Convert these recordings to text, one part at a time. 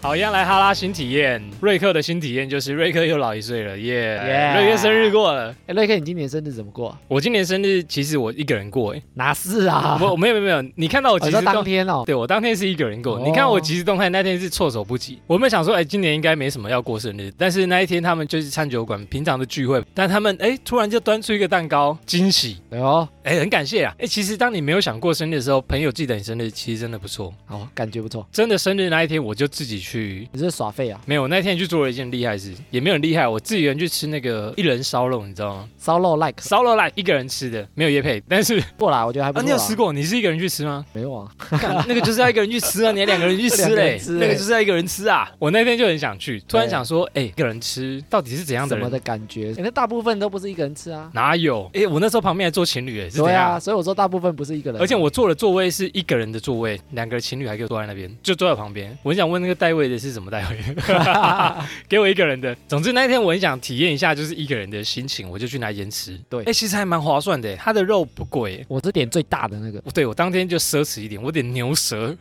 好，一样来哈拉新体验。瑞克的新体验就是瑞克又老一岁了，耶、 Yeah 瑞克生日过了，哎，瑞克，你今年生日怎么过？啊我今年生日其实我一个人过，哎、哪是啊？我我没有没有没有，你看到我我即说时当动，天哦，对我当天是一个人过。哦你看我即时动态那天是措手不及，我们想说，哎、今年应该没什么要过生日，但是那一天他们就是餐酒馆平常的聚会，但他们哎、突然就端出一个蛋糕，惊喜。哎呦，哎，很感谢啊！哎，其实当你没有想过生日的时候，朋友记得你生日，其实真的不错。好，感觉不错。真的生日那一天，我就自己去，你是耍废啊？没有那天去做了一件厉害事，也没有很厉害，我自己一个人去吃那个一人烧肉，你知道 吗？烧肉 like 烧肉来一个人吃的，没有叶配，但是过啦，我觉得还 不啊，错你啦。有吃过？你是一个人去吃 吗？没有啊？干那个就是要一个人去吃啊，你还两个人去吃 两个嘞人，吃那个欸就是要一个人吃啊。我那天就很想去，突然对想说，哎，一个人吃到底是怎样的什么人？的感觉？可能大部分都不是一个人吃啊。哪有？哎，我那时候旁边还坐情侣，哎，是怎对样啊，？所以我说大部分不是一个人啊。而且我坐的座位是一个人的座位，两个情侣还给我坐在那边，就坐在旁边。我很想问那个带位的是什么带位， 给我一个人的。总之那一天我很想体验一下就是一个人的心情，我就去拿烟吃。对哎、其实还蛮划算的，它的肉不贵。我是点最大的那个对我当天就奢侈一点，我点牛舌，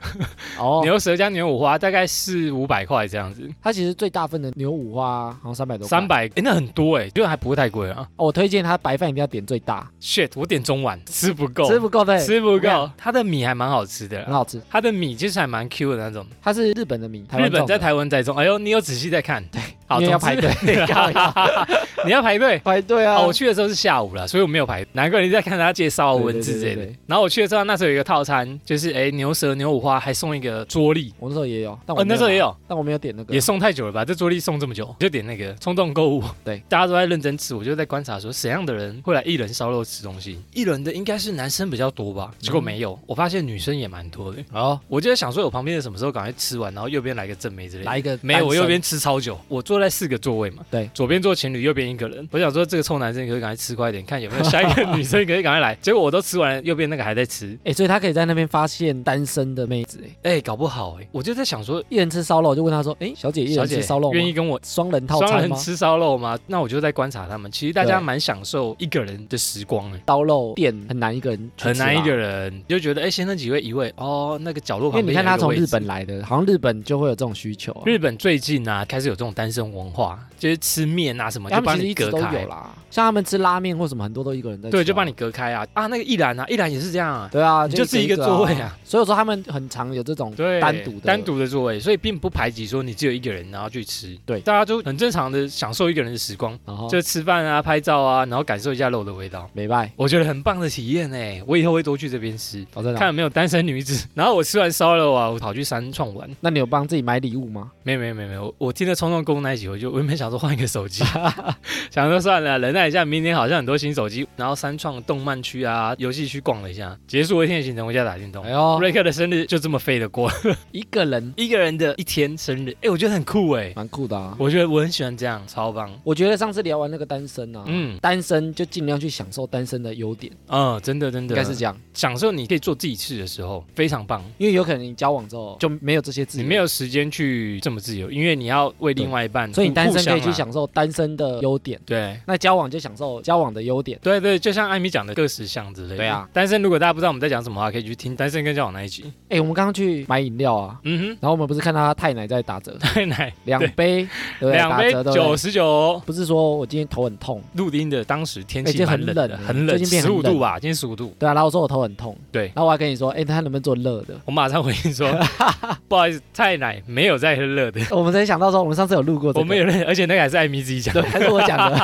哦，牛舌加牛五花，大概四五百块这样子，它其实最大份的牛五花好像三百多块。三百，哎，那很多哎，就还不会太贵啊。哦，我推荐它白饭一定要点最大， Shit，我点中碗，吃不够，吃不够对，哦吃不我跟你够讲。它的米还蛮好吃的很啦，好吃。它的米其实还蛮 Q 的那种。它是日本的米，台湾日本种的在台湾栽种，哎呦，你有仔细在看？对，好，因为要总之 排队靠你要排 队。排队啊哦，我去的时候是下午了，所以我没有排。难怪你在看他介绍文字之类对对对的对。然后我去的时候，那时候有一个套餐，就是哎牛舌、牛五花，还送一个桌历。我那时候也有，但我哦，没那时候也拿，有，但我没有点那个也。送太久了吧？这桌历送这么久，就点那个冲动购物。对，大家都在认真吃，我就在观察说，怎样的人会来一人烧肉吃东西？一人的应该是男生比较多吧？结果没有，我发现女生也蛮多的。嗯哦，我就在想说，我旁边的什么时候赶快吃完，然后右边来个正妹之类的。来一个没有，我右单身边吃超久，我坐在四个座位嘛，对左边坐情侣，右边一个人。我想说这个臭男生可以赶快吃快一点，看有没有下一个女生可以赶快来。 结果我都吃完了，右边那个还在吃，哎、所以他可以在那边发现单身的妹子、哎，哎、搞不好哎、我就在想说，一人吃烧肉，我就问他说，哎、小姐一小人吃姐烧肉吗？愿意跟我。双人套双餐人吗？吃烧肉吗？那我就在观察他们。其实大家对蛮享受一个人的时光哎、烧肉店很难一个人去很吃啊难一吧个。人就觉得哎、先生几位一位哦，那个角落因旁为边你看他从有一个日位置本来的，好像日本就会有这种需求、啊。日本最近啊开始有这种单身文化，就是吃面啊什么，他就们帮其实你一直隔都开有。啦，像他们吃拉面或什么，很多都一个人在、对，就帮你。隔开啊啊！那个一兰啊，一兰也是这样啊，对啊，你就自己一个座位。啊，所以我说他们很常有这种对，单独的单独的座位，所以并不排挤说你只有一个人然后去吃，对哦大家都很正常的享受一个人的时光，然后就吃饭啊、拍照啊，然后感受一下肉的味道，没拜，我觉得很棒的体验哎，我以后会多去这边吃。哦真的看哦。有没有单身女子， 然后我吃完烧肉啊，我跑去三创玩。那你有帮自己买礼物吗？没有没有没有没有，我我听了冲动购物那一集，我就我原本想说换一个手 机，想说算了，忍耐一下，明年好像很多新手机。然后三创动漫区啊、游戏区逛了一下，结束我一天的行程，回家打电动。哎呦，瑞克的生日就这么飞得过，一个人哦 一个人的一天生日，哎，我觉得很酷哎，蛮酷的啊。我觉得我很喜欢这样，超棒。我觉得上次聊完那个单身啊，嗯单身就尽量去享受单身的优点，嗯，真的真的，应该是这样。享受你可以做自己事的时候，非常棒。因为有可能你交往之后就没有这些自你由，没，有时间去这么自由，因为你要为另外一半，所以你互单身可以去。互相啊享受单身的优点，对那交往就享受交往的优点。对对，就像艾米讲的各十项之类的。对啊，单身如果大家不知道我们在讲什么的话，可以去听《单身跟交往》那一集。哎，我们刚刚去买饮料啊，嗯然后我们不是看到他太奶在打 折，哼，太奶两杯，对不对？两打杯折对不九对？十九。不是说我今天头很痛，录音的当时天哎气今天蛮很冷冷的，哎很最冷，近变十很五度冷吧，今天十五度。对啊，然后我说我头很痛，对，然后我还跟你说，哎，他能不能做热的？我马上回应说， 不好意思，太奶没有在喝 热的，我们才想到说，我们上次有路过这个，我们有认，而且那个还是艾米自己讲 对，的，还是我 讲的，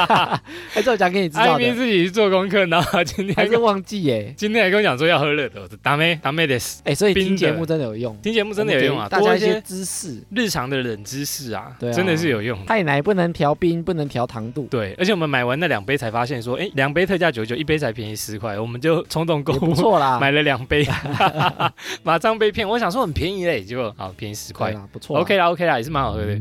还是我讲给你知艾道米的，自己去做功课，然后今天还还是跟忘记耶。今天还跟我讲说要喝热的，我说达妹达妹的，哎，所以冰听的节目真的有用，听节目真的有用啊，我们给大多家一一些些知识。日常的冷知识啊，对啊真的是有用的。太奶不能调冰，不能调糖 度，对，而且我们买完那两杯才发现说，哎，两杯特价九九，一杯才便宜十块，我们就冲动购也不物错啊啦，买了两杯， 马上被骗。我想说很便宜嘞，结果好便宜十对块。啦，不错啦。啊 OK 啦，OK 啦，也是蛮好喝的。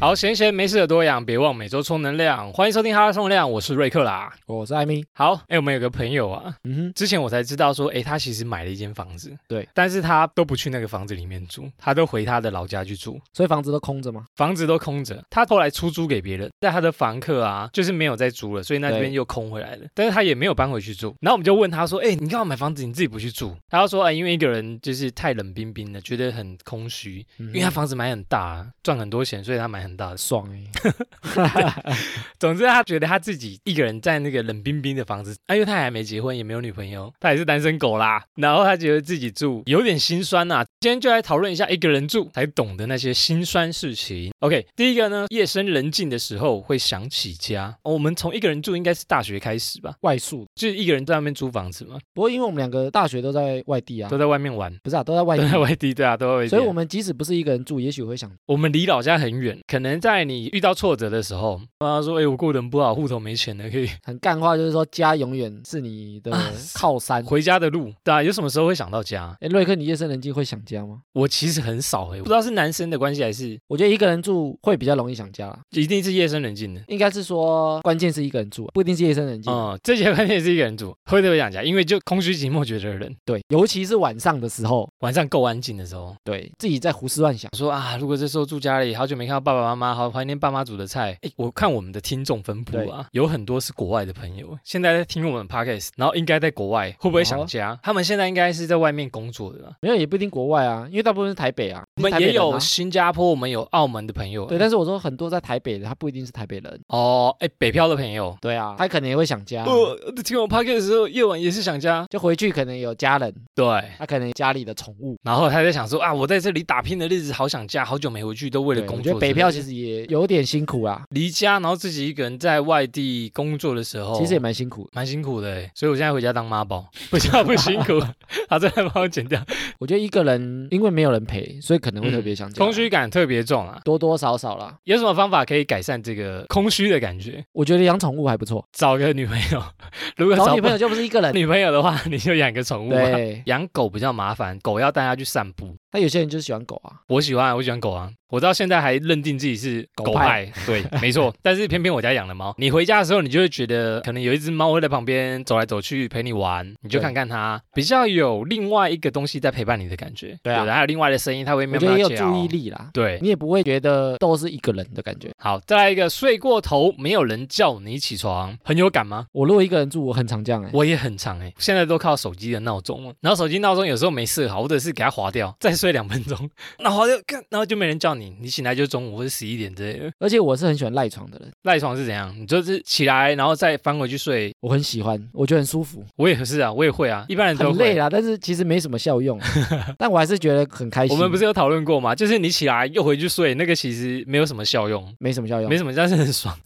好，闲闲没事的多养，别忘每周充能量。欢迎收听哈拉充能量，我是瑞克啦。我是艾米，好，哎、我们有个朋友啊，嗯之前我才知道说，哎、他其实买了一间房子，对，但是他都不去那个房子里面住，他都回他的老家去住，哼，所以房子都空着吗？房子都空着。他后来出租给别人，但他的房客啊，就是没有再租了，所以那边对又空回来了。但是他也没有搬回去住。然后我们就问他说：“哎、你干嘛买房子？你自己不去住？”他就说：“啊、因为一个人就是太冷冰冰了，觉得很空虚。因因为他房子买很大、啊，赚很多钱，所以他买很大的。爽哎、欸总之，他觉得他自己一个人在那个冷冰冰的房子，啊、因为他还没结婚，也没有女朋友，他也是单身狗啦。然后他觉得自己住有点心酸呐、今天就来讨论一下一个人住才懂得那些心酸事情。OK，第一个呢，夜深人静的时候会想起家。哦、我们从一个人住应该是大学开始吧， 外宿。就是一个人在外面租房子嘛，不过因为我们两个大学都在外地啊都，在外面玩，不是啊，都在外都地，在外地，对啊，都在外地啊。所以我们即使不是一个人住，也许会想，我们离老家很远，可能在你遇到挫折的时候，妈妈说：“哎、我过得很不好，户头没钱了，可以很干话，就是说家永远是你 的啊靠山。回家的路。”对啊，有什么时候会想到家？哎，瑞克，你夜深人静会想家吗？我其实很少哎、不知道是男生的关系还是我觉得一个人住会比较容易想家啦，一定是夜深人静的。应该是说关键是一个人住，不一定是夜深人静。哦、这节关键是一个人住，会特别想家，因为就空虚寂寞觉得冷，对，尤其是晚上的时候，晚上够安静的时候，对自己在胡思乱想。我说啊，如果这时候住家里，好久没看到爸爸妈妈，好怀念爸妈煮的菜。哎，我看我们的听众分布啊，有很多是国外的朋友，现在在听我们 podcast，然后应该在国外，会不会想家？他们现在应该是在外面工作的啦。没有，也不一定国外啊，因为大部分是台北啊，我们台北也人啊有新加坡，我们有澳门的朋友，对，但是我说很多在台北的，他不一定是台北人。哦，哎，北漂的朋友，啊对啊，他可能也会想家，我哦听我 podcast 的时候，夜晚也是想家。就回去可能有家人，对，他可能家里的宠物。然后他在想说啊，我在这里打拼的日子好想家，好久没回去，都为了对工我作之类觉得的。北漂其实也有点辛苦啊，离家，然后自己一个人在外地工作的时候，其实也蛮辛苦的。蛮辛苦的欸，所以我现在回家当妈宝， 不叫不辛苦， 好，再来帮我 剪掉。我觉得一个人因为没有人陪，所以可能会特嗯别想家，空虚感特别重啊，多多少少啦。有什么方法可以改善这个空虚的感觉？我觉得养宠物还不错，找个女朋友， 如果找啊找女不到朋友就不是一个人。女朋友的话， 你就养个宠物吧。对，养狗比较麻烦，狗要带它去散步。那有些人就是喜欢狗啊，我喜欢，我喜欢狗啊！我到现在还认定自己是狗狗派， 对，没错。但是偏偏我家养了猫，你回家的时候，你就会觉得可能有一只猫会在旁边走来走去陪你玩，你就对看看它，比较有另外一个东西在陪伴你的感觉。对啊还有另外的声音，它会我喵觉得喵也叫。有注意力啦，对，你也不会觉得都是一个人的感觉。好，再来一个，睡过头没有人叫你起床，很有感吗？我如果一个人住，我很常这样哎、我也很长哎、现在都靠手机的闹钟了，然后手机闹钟有时候没设好，或者是给它划掉，再睡两分钟， 那划掉，干然后就没人叫你，你醒来就中午或者十一点之类的。而且我是很喜欢赖床的人，赖床是怎样？你就是起来，然后再翻回去睡。我很喜欢，我觉得很舒服，我也是啊，我也会啊，一般人都很累会。啦，但是其实没什么效用，啊 但我还是觉得很开我心。们不是有讨论过吗？就是你起来又回去睡，那个其实没有什么效用，没什么效用没，什么，但是很爽。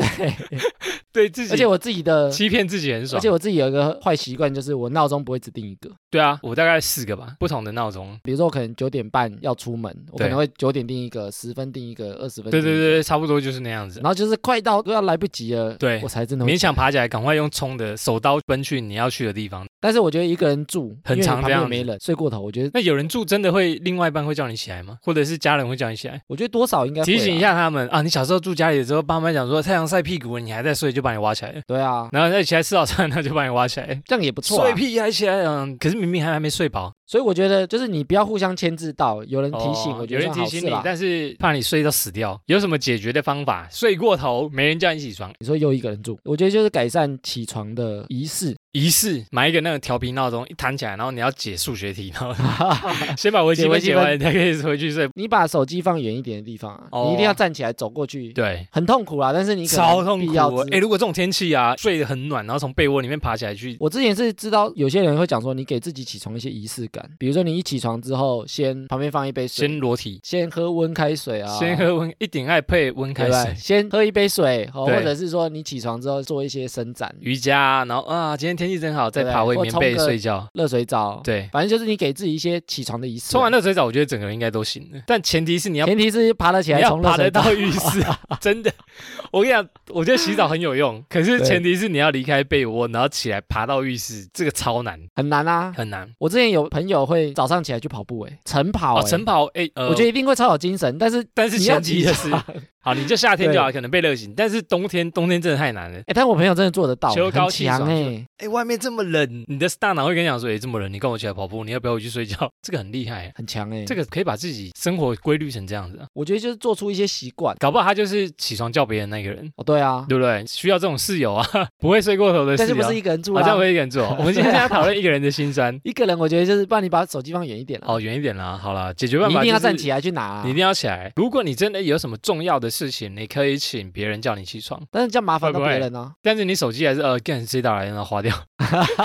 对自己，啊而且我自己的，欺骗自己很而爽且。我自己有一个坏习惯，就是我闹钟不会只定一个。对啊，我大概四个吧，不同的闹钟。比如说我可能九点半要出门，我可对能会九点定一个，十分定一个，二十分对定对一个，对，差不多就是那样子然。后就是快到都要来不及了，对我才真的会勉。强爬起来，赶快用冲的手刀奔去你要去的地方。但是我觉得一个人住，很因为你常旁这边样没子人，睡过头，我觉得那有人住真的会，另外一半会叫你起来吗？或者是家人会叫你起来？我觉得多少应该会提醒啦一。下他们啊，你小时候住家里的时候，爸妈讲说太阳晒屁股了，你还在睡，就把你挖起来了。对啊，然后再起来吃早餐，他就把你挖起来。这样也不 错、睡啊。屁还起来，嗯，可是明明还还没睡饱。所以我觉得就是你不要互相牵制到，有人提醒，哦我觉有得人算提好醒事啊你啦，。但是怕你睡到死掉，有什么解决的方法？睡过头，没人叫你起床，你说又一个人住，我觉得就是改善起床的仪式。仪式买一个那个调皮闹钟，一弹起来，然后你要解数学题， 然后先把微积解分微积解分完，你才可以回去睡。你把手机放远一点的地方啊，哦你一定要站起来走过去，对。很痛苦啦。但是你可能超痛必苦要哎、之诶如果这种天气啊，睡得很暖，然后从被窝里面爬起来去，我之前是知道有些人会讲说，你给自己起床一些仪式感，比如说你一起床之后，先旁边放一杯水，先裸体，先喝温开水啊，先喝温一点爱配温对开不对水，先喝一杯水，哦，对或者是说你起床之后做一些伸展、瑜伽啊，然后啊，今天天气真好，再对爬回或棉冲被个睡觉。热水澡，，对，反正就是你给自己一些起床的仪式啊。冲完热水澡，我觉得整个人应该都行了，但前提是你要前提是爬得起你来要从热爬水得澡。到浴 室，真的。我跟你讲，我觉得洗澡很有用，可是对前提是你要离开被窝，然后起来爬到浴室，这个超难，很难啊。很难。我之前有朋友会早上起来去跑步、欸，晨跑、哦，欸晨跑，哎，呃我觉得一定会超有精神，但是 但是你要 前提起就床是，好，你就夏天就对好，可能被热醒，但是冬天冬天真的太难了。哎，但我朋友真的做得到，秋高很气强爽哎。哎、外面这么冷，你的大脑会跟你讲说，哎、这么冷，你跟我起来跑步，你要不要回去睡觉？这个很厉害、啊很强哎、这个个可以把自己生活规律成这样子、啊，我觉得就是做出一些习惯搞不好他就是起床叫别人那个人，哦，对啊，对不对？需要这种室友啊，不会睡过头的室但友。啊是不是一个人住好啊啦、像我一个人 做。我们今天要讨论一个人的心酸，一个人我觉得就是，不然你把手机放远一点啦、哦，远一点啦，好啦，解决办你法、就是、一定要站起来去拿啊、你一定要起来。如果你真的有什么重要的事情，你可以请别人叫你起床，但是这样麻烦到会不会别人啊，但是你手机还是呃，干谁打来，然后划掉，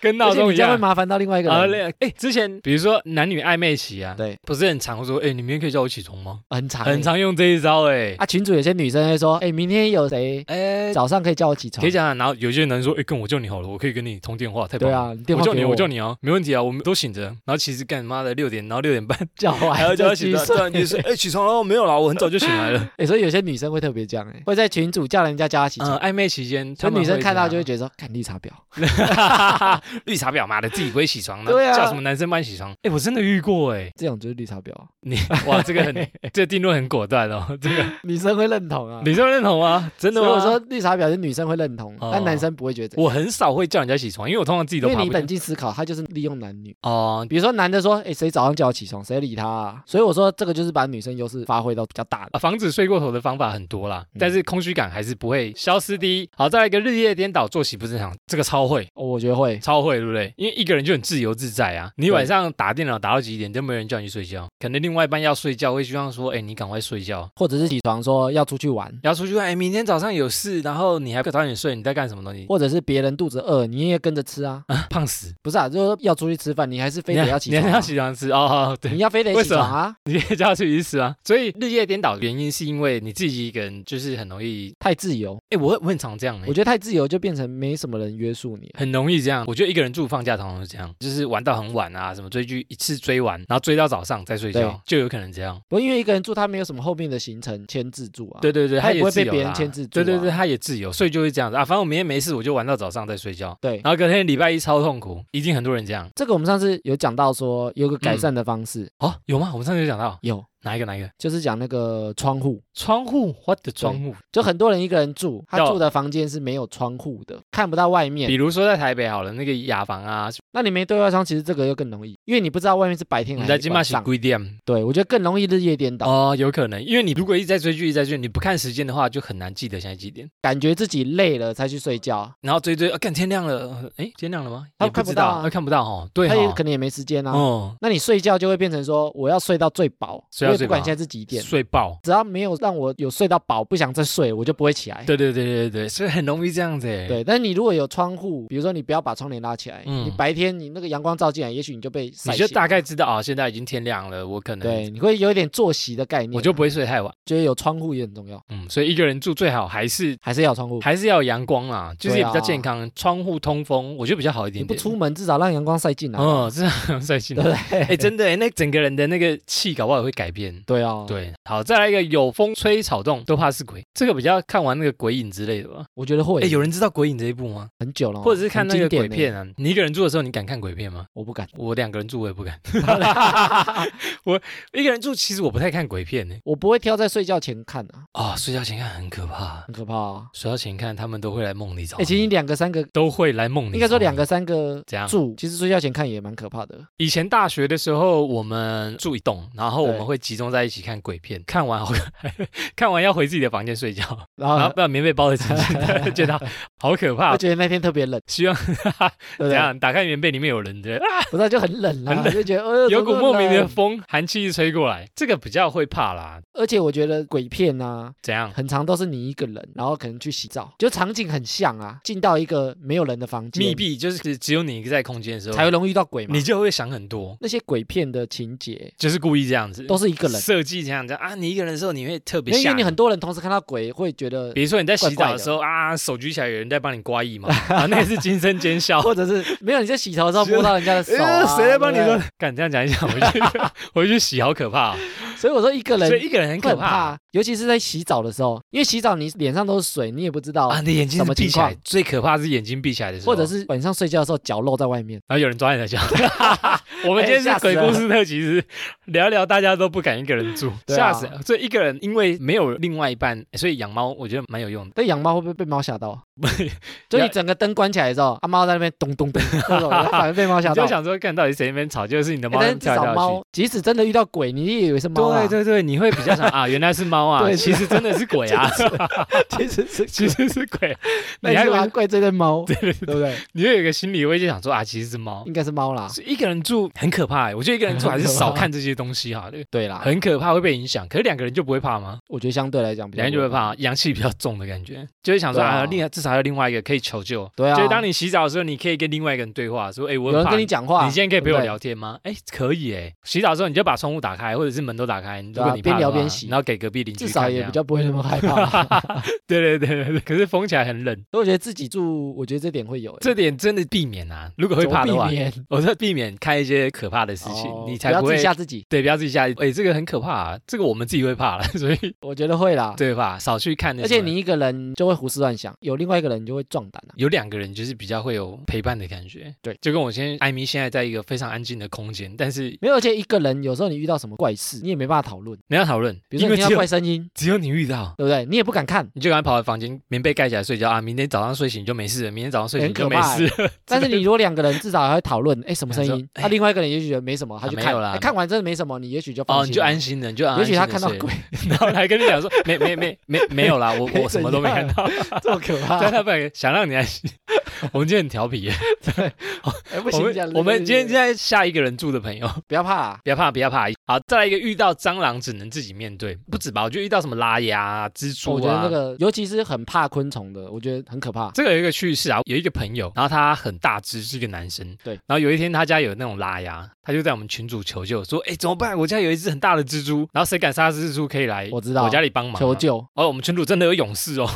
跟闹而且钟你一这样会样。麻烦到另外一个啊，人，那哎，之前比如说男女暧昧期啊，对，啊不是很常会说，哎，你明天可以叫我起床吗？很长、欸很。常用这一招，哎，啊，群主有些女生会说，哎、明天有谁哎，早上可以叫我起床可以？讲啊。然后有些男生说，哎，跟我叫你好了，我可以跟你通电话，太棒对了。啊，你电我话叫给你，我叫你你啊，没问题啊，我们都醒着。然后其实干妈的六点，然后六点半叫完，还要叫他起床，睡。对啊，你说哎起床了没有啦？我很早就醒来了。哎、所以有些女生会特别这样、哎，会在群主叫人家叫她 起嗯，床，暧昧期间，所以女生看到就会觉觉得说，看绿茶婊，得啊 绿茶婊妈的自己不会起床，对啊叫什么男生帮你起床？哎，我真的遇过哎，这种就是绿茶婊啊，你哇，这个 很这个定论很果断哦，这个女生会认同啊。你这么认同吗？真的所以吗？我说绿茶婊是女生会认同，哦但男生不会觉得怎样。我很少会叫人家起床，因为我通常自己因都为爬你不冷起。静思考，他就是利用男女。哦，比如说男的说，哎，谁早上叫我起床，谁理他、啊？所以我说这个就是把女生优势发挥到比较大的。啊防止睡过头的方法很多啦，嗯但是空虚感还是不会消失的。好，再来一个日夜颠倒，作息不正常，这个超会。哦我觉得会，超会，对不对？因为一个人就很自由自在啊。你晚上打电脑打到几点都没人叫你去睡觉，可能另外一半要睡觉会希望说，哎，你赶快睡觉。或者是起床说要出去玩，然后出去玩，哎，明天早上有事，然后你还不早点睡，你在干什么东西？或者是别人肚子饿，你也跟着吃啊。啊胖死，不是啊，就是说要出去吃饭，你还是非得你还要起你床、还啊要。起床吃哦哦，对， 你要非得为起什么床啊！你也叫他去吃啊。所以日夜颠倒的原因是因为你自己一个人就是很容易，太自由，哎，我很我很常这样、欸。我觉得太自由就变成没什么人约束你。很容易这样，我觉得一个人住放假常常是这样，就是玩到很晚啊，什么追剧一次追完，然后追到早上再睡对觉，就有可能这样。不过因为一个人住，他没有什么后面的行程牵制住啊。对对对，他也也不会自被由别人啦牵制住对对啊对，他也自由，所以就会这样子啊。反正我明天没事，我就玩到早上再睡觉。对，然后隔天礼拜一超痛苦，一定很多人这样。这个我们上次有讲到说有个改嗯善的方式，哦，有吗？我们上次有讲到有哪一个哪一个就是讲那个窗户。窗户？What 的窗户？就很多人一个人住，他要住的房间是没有窗户的，看不到外面比。如说在台北好了，那个雅房啊，那你没对外窗，其实这个又更容易，因为你不知道外面是白天你还在是金马晚喜上。贵店对，我觉得更容易日夜颠倒，哦，有可能，因为你如果一直在追剧，一直在追，你不看时间的话，就很难记得现在几点。感觉自己累了才去睡觉，然后追追，啊，看天亮了，哎，天亮了吗？他也看不不知到道，啊啊看不到哦，对他也哦可，能也没时间啊。哦，那你睡觉就会变成说，我要睡到最饱，睡我到也最不管饱现在是几点，睡爆。只要没有让我有睡到饱，不想再睡，我就不会起来。对对对对对，所以很容易这样子哎。对，但是你如果有窗户，比如说你不要把窗帘拉起来，嗯你白天你那个阳光照进来，也许你就被晒你就醒大了概知道啊、现在已经天亮了，我可能对，你会有一点作息的概念啊、我就不会睡太晚。觉得有窗户也很重要，嗯，所以一个人住最好还是还是要有窗户。还是要有阳光啦，就是也对啊比较健康，窗户通风，我觉得比较好一你点不点。出门，至少让阳光晒进来，哦，这 样帅气对。不对？哎，真的哎，那整个人的那个气搞不好也会改变。对啊，，对，好，再来一个，有风吹草动都怕是鬼，这个比较看完那个鬼影之类的吧。我觉得会哎，有人知道鬼影这一部吗？很久了哦，或者是看很那个经典鬼呢片，啊？你一个人住的时候，你敢看鬼片吗？我不敢， 我两个人住我也不敢， 我一个人住其实我不太看鬼片呢。我不会挑在睡觉前看啊，啊，睡觉前看很可怕。很可怕啊。睡觉前看，他们都会来梦里找哎、哦你。其实你两个三个，都会来梦里。应该说两。个三个怎样住，其实睡觉前看也蛮可怕的。以前大学的时候，我们住一栋，然后我对们会集中在一起看鬼片， 看完好看完要回自己的房间睡觉， 然然后后把棉被包得紧紧的， 觉得好可怕我。 觉得那天特别冷，希望对不怎对？样？打开棉被，里面有人 的，啊不知道就很冷很啦，冷就觉得呃 有股莫名，怎么那的么冷风，寒气一吹过来，这个比较会怕啦。而且我觉得鬼片啊，怎样？很长都是你一个人，然后可能去洗澡，就场景很像啊，进到一个没有人的房间，密闭就是只有你一个在空间的时候，才会容易遇到鬼嘛你。就会想很多，那些鬼片的情节就是故意这样子，都是一个人，设计这样子啊。你一个人的时候，你会特别因为因吓为你人很多人同时看到鬼，会觉得比如说你在洗怪怪澡的。的时候啊，手举起来有人在帮你刮腋毛， 啊，那也是惊声尖笑 或者是没有你在洗头的时候摸到人家的手、啊呃， 谁在帮你对说不？敢这样讲一讲，回去回去洗，好可 怕、哦。对所以我说一个所以人一个人很会可很怕啊怕，尤其是在洗澡的时候，因为洗澡你脸上都是水，你也不知道，啊！你的眼睛哦什么是闭起情来况，最可怕是眼睛闭起来的时候，啊或者是晚上睡觉的时候脚露在外面， 然后有人抓你的脚，我们今天哎是吓死鬼了故事特辑，是聊聊大家都不敢一个人住，对吓啊死了。所以一个人因为没有另外一半，所以养猫我觉得蛮有用的。但养猫会不会被猫 吓到？就你整个灯关起来之后，啊，猫在那边咚 咚咚，那种反而被猫吓你到。就欸想说，看到底谁在那边吵，就是你的猫但是至跳来少跳去猫。，即使真的遇到鬼，你也以为是猫啊对，对对，你会比较 想啊，原来是猫啊，对其实真的是鬼 啊，其实 是其实是鬼。 那你你还还以把它为怪罪在 猫，对不对？你会有一个心理慰藉，想说啊，其实是猫。应该是猫 啦。所以一个人住很可怕、欸，我觉得一个人住还是少看这些东西哈、对对啦，很可怕，会被影响。可是两个人就不会怕吗？我觉得相对来讲比较两个人就会怕，阳气比较重的感觉，就会想说对啊啊，另、至少还有另外一个可以求救。对啊就是当你洗澡的时候，你可以跟另外一个人对话，说哎、我有很人怕跟你讲话，你今天可以陪我对不对聊天吗？哎、可以哎、洗澡的时候你就把窗户打开，或者是门都打开，如对啊果你怕的话边聊边洗然后给隔壁邻居至看少也这样比较不会那么 害怕。对对对对对。可是封起来很冷，所以我觉得自己住，我觉得这点会有欸这点真的避免啊。如果会怎么怕的话避，免我说避免看一些可怕的事情，哦你不才要不自会己吓自己。对，不要自己吓。哎、这个很可怕、啊，这个我们自己会怕了， 所以我觉得会啦，对吧？少去看那啊而什么。且你一个人就会胡思乱想，有另外一个人你就会壮胆啊。有两个人，就是比较会有陪伴的感觉。对，就跟我现在艾米现在在一个非常安静的空间，但是没有，而且一个人有时候你遇到什么怪事，你也没办法讨论。没有讨论，比如因说为你听只到有怪声音，只有你遇到。对不对？你也不敢 看，你就赶快跑回房间，棉被盖起来睡觉啊！明天早上睡醒就没事了，明天早上睡醒很就可没怕事了。但是你如果两个人至少还会讨论，哎，什么声想说音？那另外一个人也许觉得没什么，他就啊没看有啦哎看完真的没什么，你也许就放哦，心你就了安心了，你就安也许他安心看地到睡鬼， 然后还跟你讲说没没没没没有啦，我没我什么都没看到，这么可 怕但，他本来 想让你安心。我们今天很调皮耶，哎 不我行，这样们我们今天这样在吓一个人住的朋友， 不要怕啊，不要怕，不要怕。好，再来一个，遇到蟑螂只能自己面对，不止吧？我就遇到什么拉牙、啊、蜘蛛啊，哦我觉得那个尤其是很怕昆虫的，我觉得很可怕。这个有一个趣事啊，有一个朋友，然后他很大只，是一个男生。对，然后有一天他家有那种拉牙，他就在我们群组求救，说：“哎，怎么办？我家有一只很大的蜘蛛，然后谁敢杀蜘蛛可以来我知道我家里帮忙啊求。救，”哦，我们群主真的有勇士哦，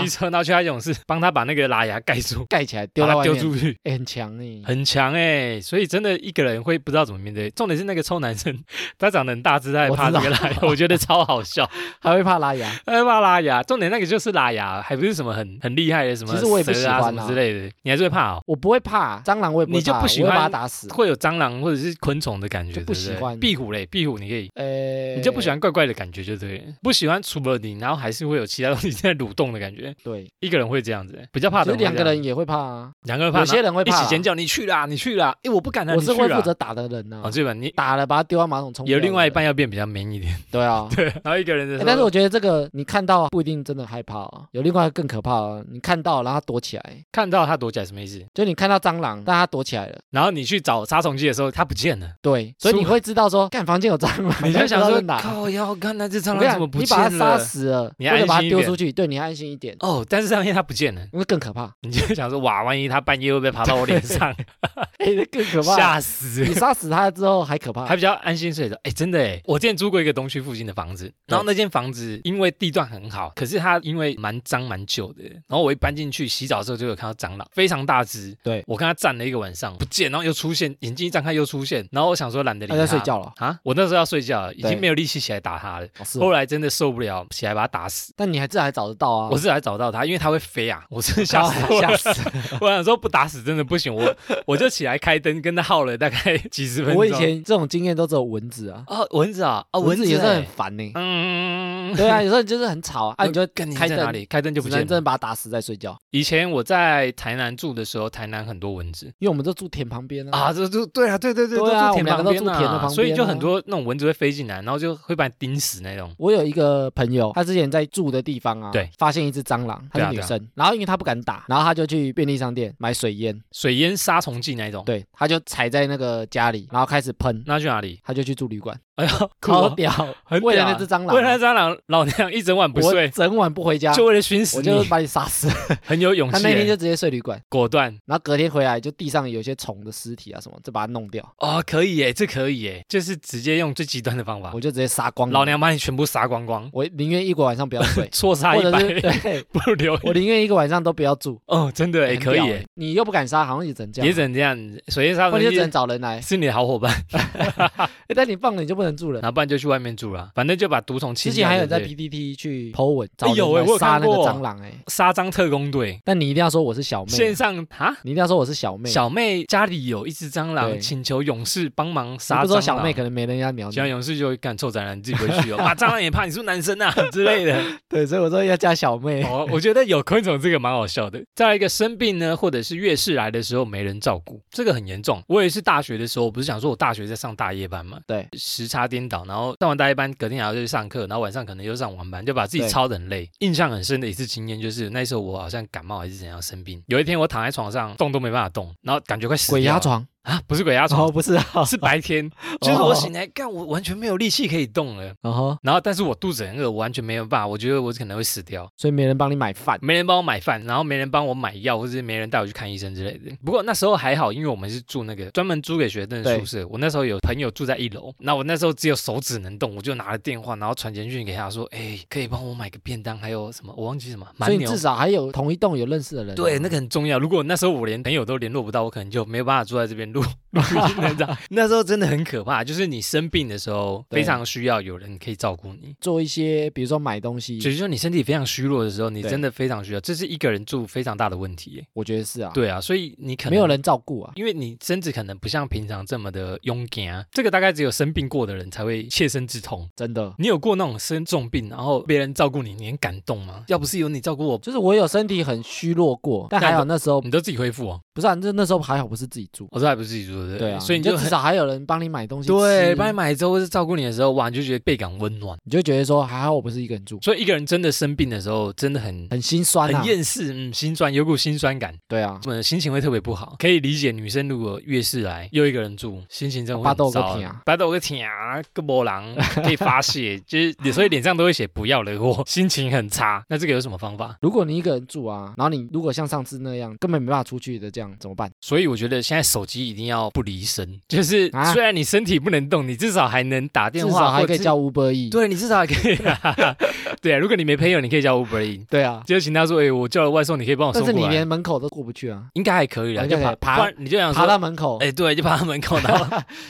骑车然后去他勇士帮他把那个拉牙盖住，盖起来丢把到他外丢面，出去，哎，很强哎，很强哎、所以真的一个人会不知道怎么面对。重点是那个臭男生，他长得很大只，他还我怕知这道个拉牙，我觉 得超好笑，还会怕拉牙。他还怕拉牙。重点那个就是拉牙，还不是什么很很厉害的什么其实我也不蛇啊喜什欢么啊之类的，你还是会怕哦。我不会怕蟑螂，我也不会你就怕不喜我会欢把它打死。会有蟑螂或者是昆虫的感觉，就对不对喜欢壁虎嘞，壁虎你可以，呃，你就不喜欢怪怪的感觉，就对了，不喜欢除了你，然后还是会有其他东西在蠕动的感觉。对，一个人会这样子，比较怕其的实会这样两个人，也会怕啊。两个人怕，有些人会然后一怕啊起，尖叫，你去啦，你去啦，哎，我不敢了，我是你去会啦负责打的人啊哦，。这本你打了把它丢到马桶冲掉。有另外一半要变比较 man 一点， 对啊。对，然后一个人的时哎候，但是我觉得这个你看到不一定真的害怕啊，有另外一个更可怕啊！你看到然后它躲起来，看到他躲起来什么意思？就你看到蟑螂，但它躲起来了，然后你去找杀虫剂的时候，他不见了，对，所以是你会知道说，看房间有蟑螂，你就但想 不知道说在，哪靠要看那只蟑我螂怎跟么你讲，不你见把它杀了？死了，你或者安把心它一丢点出去，对你安心一点，哦，但是上面他不见了，那更可怕， 你就想说哇，万一他半夜会不会爬到我脸上？ 哎，那更可怕。吓死！你杀死它之后还可怕，还比较安心睡着。哎，真的哎，我之前租过一个东区附近的房子，然后那间房子因为地段很好，可是它因为蛮脏蛮旧的，然后我一搬进去洗澡的时候就有看到蟑螂，非常大只。对我跟它站了一个晚上不见，然后又出现，眼睛一张开又出现，然后我想说懒得理它它。在睡觉了。啊！我那时候要睡觉了，已对经没有力气起来打它了。哦是哦后来真的受不了，起来把它打死。但你还至少还找得到啊！我是来找到它，因为它会飞啊！我真的吓死我了 哦吓死！我想说不打死真的不行，我我就起来开灯跟它耗了大概几十分钟。我以前这种经验都只有蚊子啊，哦，蚊子啊，啊，蚊子有时候欸很烦呢。嗯，对啊，有时候你就是很吵啊，啊你就跟呃你开在哪灯，里？开灯就不只能见真了。的把它打死再睡觉，以前我在台南住的时候，台南很多蚊子因为我们都住田旁边啊。啊，这就对啊，对对对对都啊我田们两旁个都边住田的旁边啊所以就很多那种蚊子会飞进来，然后就会把你叮死那种。我有一个朋友，他之前在住的地方啊，对，发现一只蟑螂，她对啊是女生，然后因为她不敢打，然后她就去便利商店买水烟，水淹杀虫剂那种。，对，她就踩在那个家里，然后开始喷，那去哪里？她就去住旅馆，哎呦， 酷超哦屌， 很为了屌啊那只蟑螂 为了那啊，蟑螂，老娘一整晚不我睡，整晚不回家，就为了熏死我你，就把你杀死。很有勇他气那天就欸，直接睡旅馆，果断然后隔天回来就地上有一些虫的尸体啊什么，就把它弄掉，哦，可以耶，这可以耶，就是直接用最极端的方法我，就直接杀光啊了老，娘把你全部杀光光，，我宁愿一个晚上不要睡 错杀或一者百，是对 不如留一我宁愿一个晚上都不要住。哦，真的哎，很可以屌耶欸，你又不敢杀，好像也只能这样，啊也只能这样。水淹杀或虫者就 只剂能找人来。是你的好伙伴，诶但你放了你就不能住人。然后不然就去外面住了，反正就把毒虫清之掉。前还有人对在不对 PPT 去 Po 文，找有欸我人来有杀看那个过蟑螂哎、杀蟑特工队但你一定要说我是小妹，线上啊，你一定要说我是小妹。小妹家里有一只蟑螂，对请求勇士帮忙你杀蟑螂。不说小妹，可能没人家鸟你喜。欢勇士就会干臭宅男，你自己回 去哦。啊，蟑螂也怕，你是不是男生啊之类的。对，所以我说要叫小妹。 哦，我觉得有昆虫这个蛮好笑的。再来一个生病呢，或者是月事来的时候没人照顾，这个很严重。我也是大学的时候，我不是想说我大学在上大夜班嘛，对，时差颠倒，然后上完大夜班，隔天还要去上课，然后晚上可能又上晚班，就把自己对操得很累。印象很深的一次经验就是那时候我好像感冒还是怎样生病，有一天我躺在床上动都没办法动，然后感觉快死掉鬼压了床啊， 不是鬼压床，哦，不哦是啊， 是白天，就是我醒来，干我完全没有力气可以动了。然后然后，但是我肚子很饿，我完全没有办法，我觉得我可能会死掉。所以没人帮你买饭。没人帮我买饭，然后没人帮我买药，或者是没人带我去看医生之类的。不过那时候还好，因为我们是住那个专门租给学生的宿舍。我那时候有朋友住在一楼，那我那时候只有手指能动，我就拿了电话，然后传简讯给他说：“哎、可以帮我买个便当，还有什么我忘记什么所蛮以你牛至。少还有同一栋有认识的人啊、”对，那个很重要。如果那时候我连朋友都联络不到，我可能就没有办法坐在这 边录录音了这样那时候真的很可怕，就是你生病的时候对非常需要有人可以照顾你。做一些，比如说买东西，只是说你身体非常虚弱的时候，你对真的非常需要，这是一个人住非常大的问题耶。我觉得是啊，，对啊，所以你可能没有，人照顾啊。因为你身子可能不像平常这么的勇敢，啊这个大概只有生病过的人才会切身之痛。真的。你有过那种生重病，然后别人照顾你，你很感动吗？要不是有你照顾我，就是我有身体很虚弱过，但但还好那时候你都自己恢复哦。不不是啊，那那时候还好不是自己住，我这还不是自己住的，对啊，所以你你就就至很少还有人帮你买东西吃，对，帮你买之后或是照顾你的时候，哇，你就觉得倍感温暖。你就觉得说还好我不是一个人住，所以一个人真的生病的时候，真的很。很心酸啊很，厌世，嗯，心酸，有股心酸感，对啊，嗯，心情会特别不好，可以理解女生如果月事来又一个人住，心情真的会巴很豆个糟屁啊，巴豆个天啊，个波浪可以发泄，就是所以脸上都会写不要惹我， 心情很差。那这个有什么方法？如果你一个人住啊，然后你如果像上次那样根本没办法出去的，这样怎么办？所以我觉得现在手机一定要不离身，就是啊虽然你身体不能动，你至少还能打电至话，少还或可者以是叫 Uber E，对你至少还可以， 对啊，如果你没朋友，你可以叫 Uber Eats，对啊，就请他说，哎、我叫了外送，你可以帮我送但是过你来。连门口都过不去啊，应该还可以啦，应就该可以爬爬不然你就想爬说，到门口哎、，对，就爬到门 口，然后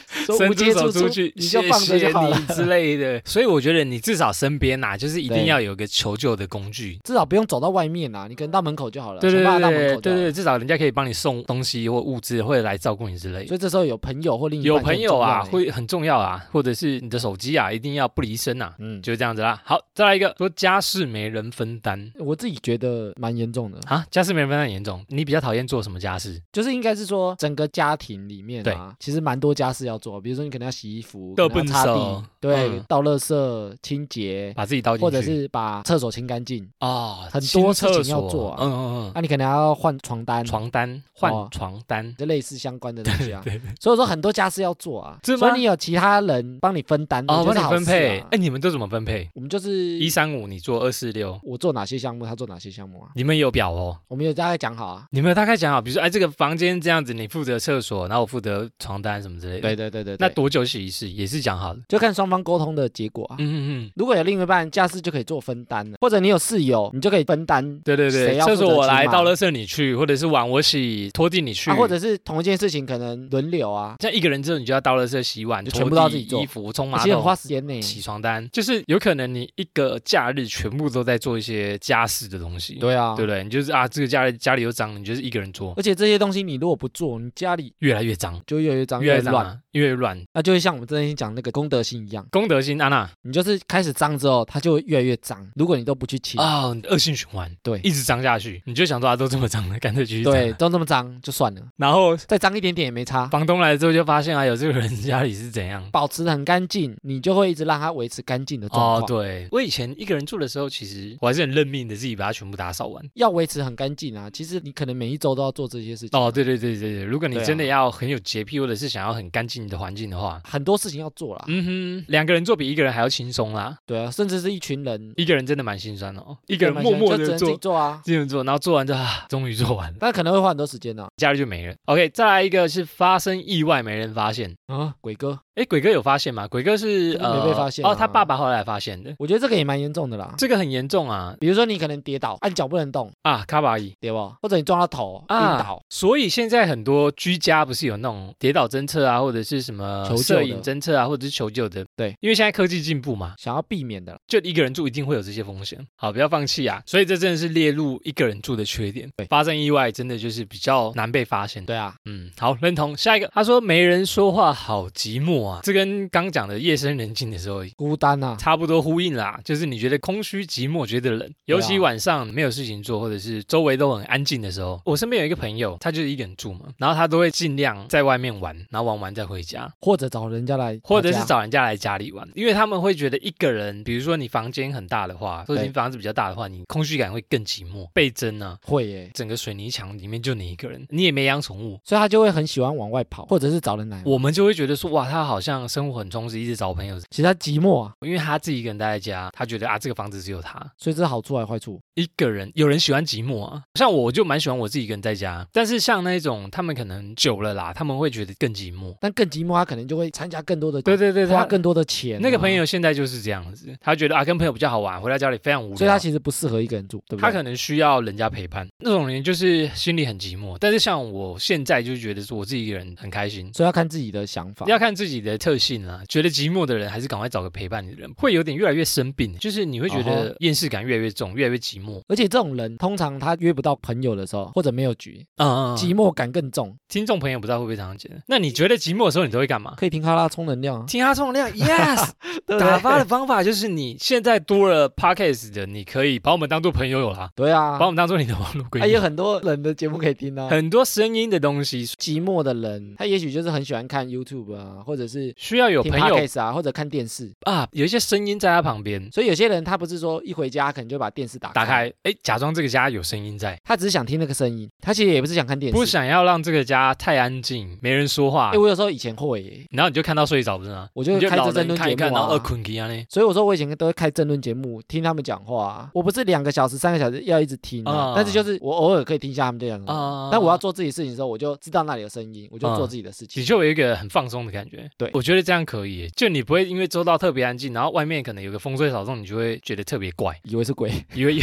说伸无出接手触出出去，你就放着谢谢就好了，你之类的。 所以我觉得你至少身边呐、就是一定对要有个求救的工具。至少不用走到外面啊，你可能到门口就好了，对对想办法对到门对口就对好了对，至少人家可以帮你送东西或物资，或者来照顾你之类的。所以这时候有朋友或另一半有就很朋友啊，重要欸会很重要啊，或者是你的手机啊，一定要不离身啊，嗯，就这样子啦。好，再来一个，说家事没人分担我自己觉得蛮严重的，啊，家事没人分担很严重。你比较讨厌做什么家事？就是应该是说整个家庭里面啊，其实蛮多家事要做，比如说你可能要洗衣服、倒可能粪要擦扫地，对嗯，倒垃圾、清洁，把自己倒进去，或者是把厕所清干净。哦，很清多厕事情要所做啊嗯嗯那你可能还要换床单、嗯，床单换哦床单，就类似相关的东西啊对对。所以说很多家事要做啊，是吗所以你有其他人帮你分担，哦，帮我觉得你是好分事配。啊哎，你们都怎么分配？我们就一是三五你做，二四六，我做哪些项目，他做哪些项目啊？你们有表哦。我们有大概讲好啊。你们有大概讲好，比如说，哎，这个房间这样子，你负责厕所，然后我负责床单什么之类的。对，对对对，那对多久洗一次也是讲好的。就看双方沟通的结果啊。嗯嗯嗯，如果有另一半，家事就可以做分担了，或者你有室友，你就可以分担对对谁对，要厕所负责我清来，嘛倒垃圾你去，或者是碗我洗，拖地你去，啊，或者是同一件事情可能轮流啊，像一个人之后你就要倒垃圾、洗碗，就拖全部都要自己地做衣服、冲而马且很花桶、时间呢。洗床单，就是有可能你一个假日全部都在做一些家事的东西，对啊，对不对？你就是啊，这个家里家里又脏，你就是一个人做，而且这些东西你如果不做，你家里越来越脏，就越来越脏，越来越越来越脏乱。啊，越来越乱。那就会像我们之前讲那个功德心一样，功德心安娜你就是开始脏之后，它就会越来越脏。如果你都不去清，啊，恶性循环，对一直脏下去，你就想说啊，都这么脏了，干脆继续脏对，了。都那么脏就算了，然后再脏一点点也没差。房东来之后就发现啊，有这个人家里是怎样。保持得很干净，你就会一直让它维持干净的哦，状况。对，我以前一个人住的时候，其实我还是很认命的，自己把它全部打扫完。要维持很干净啊，其实你可能每一周都要做这些事情。哦，，对对对对对，啊如果你对啊真的要很有洁癖，或者是想要很干净的环境的话，很多事情要做啦。嗯哼，两个人做比一个人还要轻松啦。对啊，甚至是一群人，一个人真的蛮心酸的哦，一一个人默默就只的能自己做，做啊，这样做，然后做完就啊，终于做完了，但可能会花很多时间呢、啊家里就没人。OK，再来一个是发生意外没人发现。啊。啊，鬼哥，哎，鬼哥有发现吗？鬼哥是真的呃没被发现啊哦，他爸爸后来发现的，我觉得这个也蛮严重的啦。这个很严重啊比如说你可能跌倒，按脚不能动，啊，卡巴伊。对吧？或者你撞到头晕啊倒，所以现在很多居家不是有那种跌倒侦测啊，或者是什么求救的摄影侦测啊，或者是求救的，对，因为现在科技进步嘛，想要避免的啦。就一个人住一定会有这些风险。好，不要放弃啊！所以这真的是列入一个人住的缺点对，发生意外真的就是比较难被发现的。对啊，嗯，好，认同。下一个，他说没人说话好寂寞啊，这跟刚讲的夜深人静的时候孤单啊，差不多呼应啦，就是你觉得空虚、寂寞，觉得冷，对啊尤其晚上没有事情做，或者是周围都很安静的时候。我身边有一个朋友，他就是一个人住嘛，然后他都会尽量在外面玩，然后玩完再回家。或者找人家来他家，或者是找人家来家里玩，因为他们会觉得一个人，比如说你房间很大的话，或者对你房子比较大的话，你空虚感会更寂寞。倍增啊，会耶，整个水泥墙里面就你一个人，你也没养宠物，所以他就会很喜欢往外跑，或者是找人来玩。我们就会觉得说，哇，他好像生活很充实，一直找朋友，其实他寂寞啊，因为他自己一个人待在家，他觉得啊，这个房子只有他。所以这是好处还是坏处？一个人，有人喜欢寂寞啊，像我，我就蛮喜欢我自己一个人在家。但是像那种他们可能久了啦，他们会觉得更寂寞。但更寂寞，他可能就会参加更多的，对对对，花他更多的钱啊、那个朋友现在就是这样子，他觉得啊，跟朋友比较好玩，回到家里非常无聊。所以他其实不适合一个人住，对不对？他可能需要人家陪伴，那种人就是心里很寂寞。但是像我现在就觉得说，我自己一个人很开心。所以要看自己的想法。要看自己的特性啦、觉得寂寞的人，还是赶快找个陪伴你的人，会有点越来越生病，就是你会觉哦吼得厌世感越来越重，越来越寂寞。而且这种人通常他约不到朋友的时候，或者没有局，嗯嗯寂嗯。寞感更重。听众朋友不知道会不会常常觉得，那你觉得寂寞的时候，你都会干嘛？可以听哈拉充能量啊，听他充 量，yes，对不打发 的对？方法就是你现在多了 podcast 的，你可以把我们当做朋友啦，对啊把，我们当做你的网络闺他有蜜，很多人的节目可以听啊。很多声音的东西寂寞的人，他也许就是很喜欢看 YouTube 啊，或者是需要有听朋友 Podcast 啊，或者看电视。啊，有一些声音在他旁边，所以有些人他不是说一回家可能就把电视打打开，哎，假装这个家有声音在，他只是想听那个声音，他其实也不是想看电视。不啊想要让这个家太安静，没人说话哎、，我有时候以前会耶，然后你就看到睡着的人啊，我就你就开老着人争论看一节看，目然后二啊。困给啊嘞，所以我说我以前都会开争论节目，听他们讲话啊、我不是两个小时、三个小时要一直听、啊，啊但是就是我偶尔可以听一下他们在讲什么。啊，但我要做自己事情的时候，我就知道那里有声音，我就做自己的事情。你就有一个很放松的感觉，对我觉得这样可以耶，就你不会因为周到特别安静，然后外面可能有个风吹草动，你就会觉得特别 怪，以为是鬼，以为有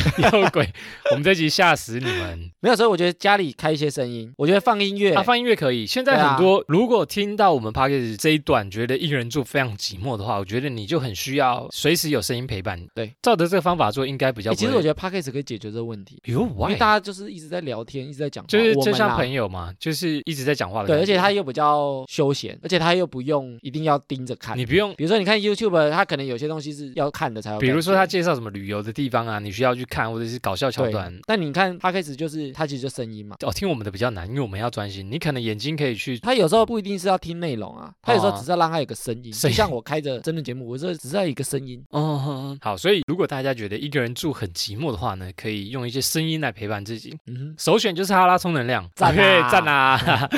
鬼， 我们这集吓死你们。没有，所以我觉得家里开一些声音，我觉得放音乐，啊，放音乐可以。现对在啊很多，如果听到我们 p a c k a g e 这一段，觉得一个人住非常寂寞的话，我觉得你就很需要随时有声音陪伴。对，照着这个方法做，应该比较欸不会。其实我觉得 podcast 可以解决这个问题，哟因为，why？大家就是一直在聊天，一直在讲话，就是我就们像啦朋友嘛，就是一直在讲话的感对，觉。而且他又比较休闲，而且他又不用一定要盯着看。你不用，比如说，你看 YouTube，他可能有些东西是要看的才有感比觉，如说他介绍什么旅游的地方啊，你需要去看，或者是搞笑桥对段。但你看 podcast 就是它其实就声音嘛，哦，听我们的比较难，因为我们要专心。你可能眼睛可以去，他有时候不一定是要听内容啊，他有时候哦只是要让他有个声音，声就音像我开着真人节目，我这只是要一个声音。哦，好。所以如果大家觉得一个人住很寂寞的话呢，可以用一些声音来陪伴自己。嗯哼，首选就是哈拉充能量，赞啊对赞啊！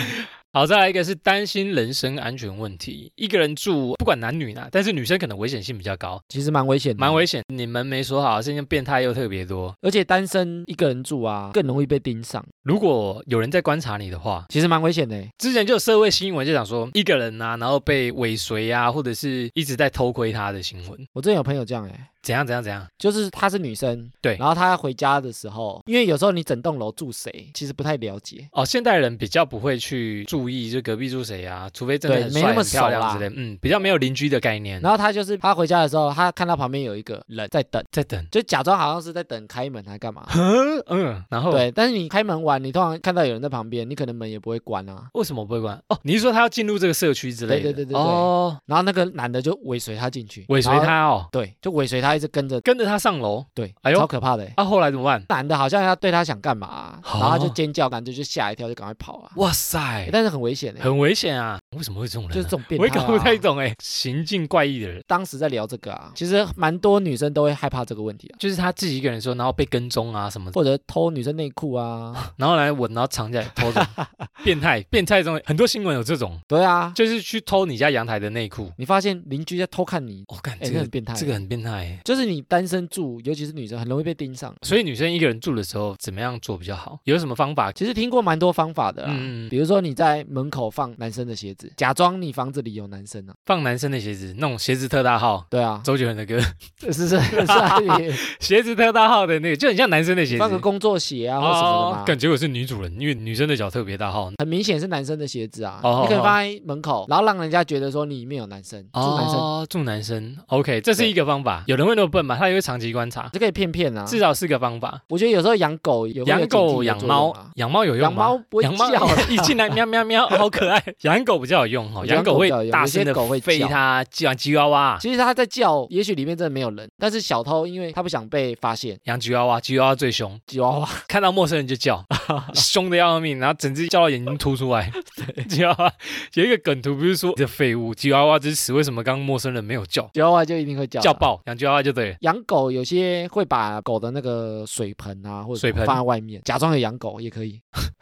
好，再来一个是担心人身安全问题，一个人住不管男女啦，但是女生可能危险性比较高，其实蛮危险的，蛮。危险。你们没说好，现在变态又特别多。而且单身一个人住啊，更容易被盯上，如果有人在观察你的话，其实蛮危险的欸。之前就有社会新闻就讲说一个人啊，然后被尾随啊，或者是一直在偷窥他的新闻，我之前有朋友这样哎，怎样怎样怎样，就是她是女生，对然后她回家的时候，因为有时候你整栋楼住谁，其实不太了解，哦，现代人比较不会去注意就隔壁住谁啊，除非真的对很没那帅、么很漂熟啦亮之类，嗯，比较没有邻居的概念。然后她就是她回家的时候，她看到旁边有一个人在等，在 等，。就假装好像是在等开门还干嘛 嗯嗯，然后对，但是你开门完，你通常看到有人在旁边，你可能门也不会关啊。为什么不会关？哦，你是说他要进入这个社区之类的？对对对对对哦，然后那个男的就尾随她进去，尾随然后，他哦，对，就尾随她一直跟着，跟着他上楼。对，哎呦超可怕的欸。啊，后来怎么办？男的好像要对她想干嘛啊、哦然后她就尖叫，男的就吓一跳，就赶快跑啊。哇塞，但是很危险的，欸很危险啊！为什么会有这种就是人、这啊？种变我也态、搞啊。不太懂哎，行径怪异的人，当时在聊这个啊，其实蛮多女生都会害怕这个问题啊，就是他自己一个人说，然后被跟踪啊什么的，或者偷女生内 裤啊，然后来我，然后藏起来 偷走，变态，变态中很多新闻有这种，对啊，就是去偷你家阳台的内裤。你发现邻居在偷看你，我、哦、感哎、这这个、很变态，这个很变态欸，就是你单身住，尤其是女生，很容易被盯上。所以女生一个人住的时候，怎么样做比较好？有什么方法？啊其实听过蛮多方法的啦，啊嗯嗯嗯比如说你在门口放男生的鞋子，假装你房子里有男生啊。放男生的鞋子，那种鞋子特大号，对啊，周杰伦的歌， 是 是是啊，你鞋子特大号的那个，就很像男生的鞋子。哦放个工作鞋啊或什么的嘛。感觉我是女主人，因为女生的脚特别大号。很明显是男生的鞋子啊，哦你可以哦放在门口，然后让人家觉得说你里面有男生，住男生，哦，住男生，OK，这是一个方法。有人会那么笨吗？他也会长期观察，这可以骗骗啊。至少是个方法。我觉得有时候养狗也会有养警狗、惕的养作用猫啊，养猫有用养吗猫？不会养猫叫，啊一进来喵喵喵，好可爱。 养狗比较有用哦，我觉得养狗会比较有用大有些声的狗会吠叫它，叫吉娃娃，其实它在叫，也许里面真的没有人，但是小偷因为他不想被发现，养吉娃娃，吉娃娃最凶，吉娃 娃看到陌生人就 叫，凶的要命，然后整只叫到眼睛凸出来。吉娃娃有一个梗图，不是说这废物吉娃娃之死，为什么刚刚陌生人没有叫？吉娃娃就一定会叫啊叫。爆，养吉娃娃就对了。养狗有些会把狗的那个水盆啊，或者水盆放在外面，假装有养狗也可以，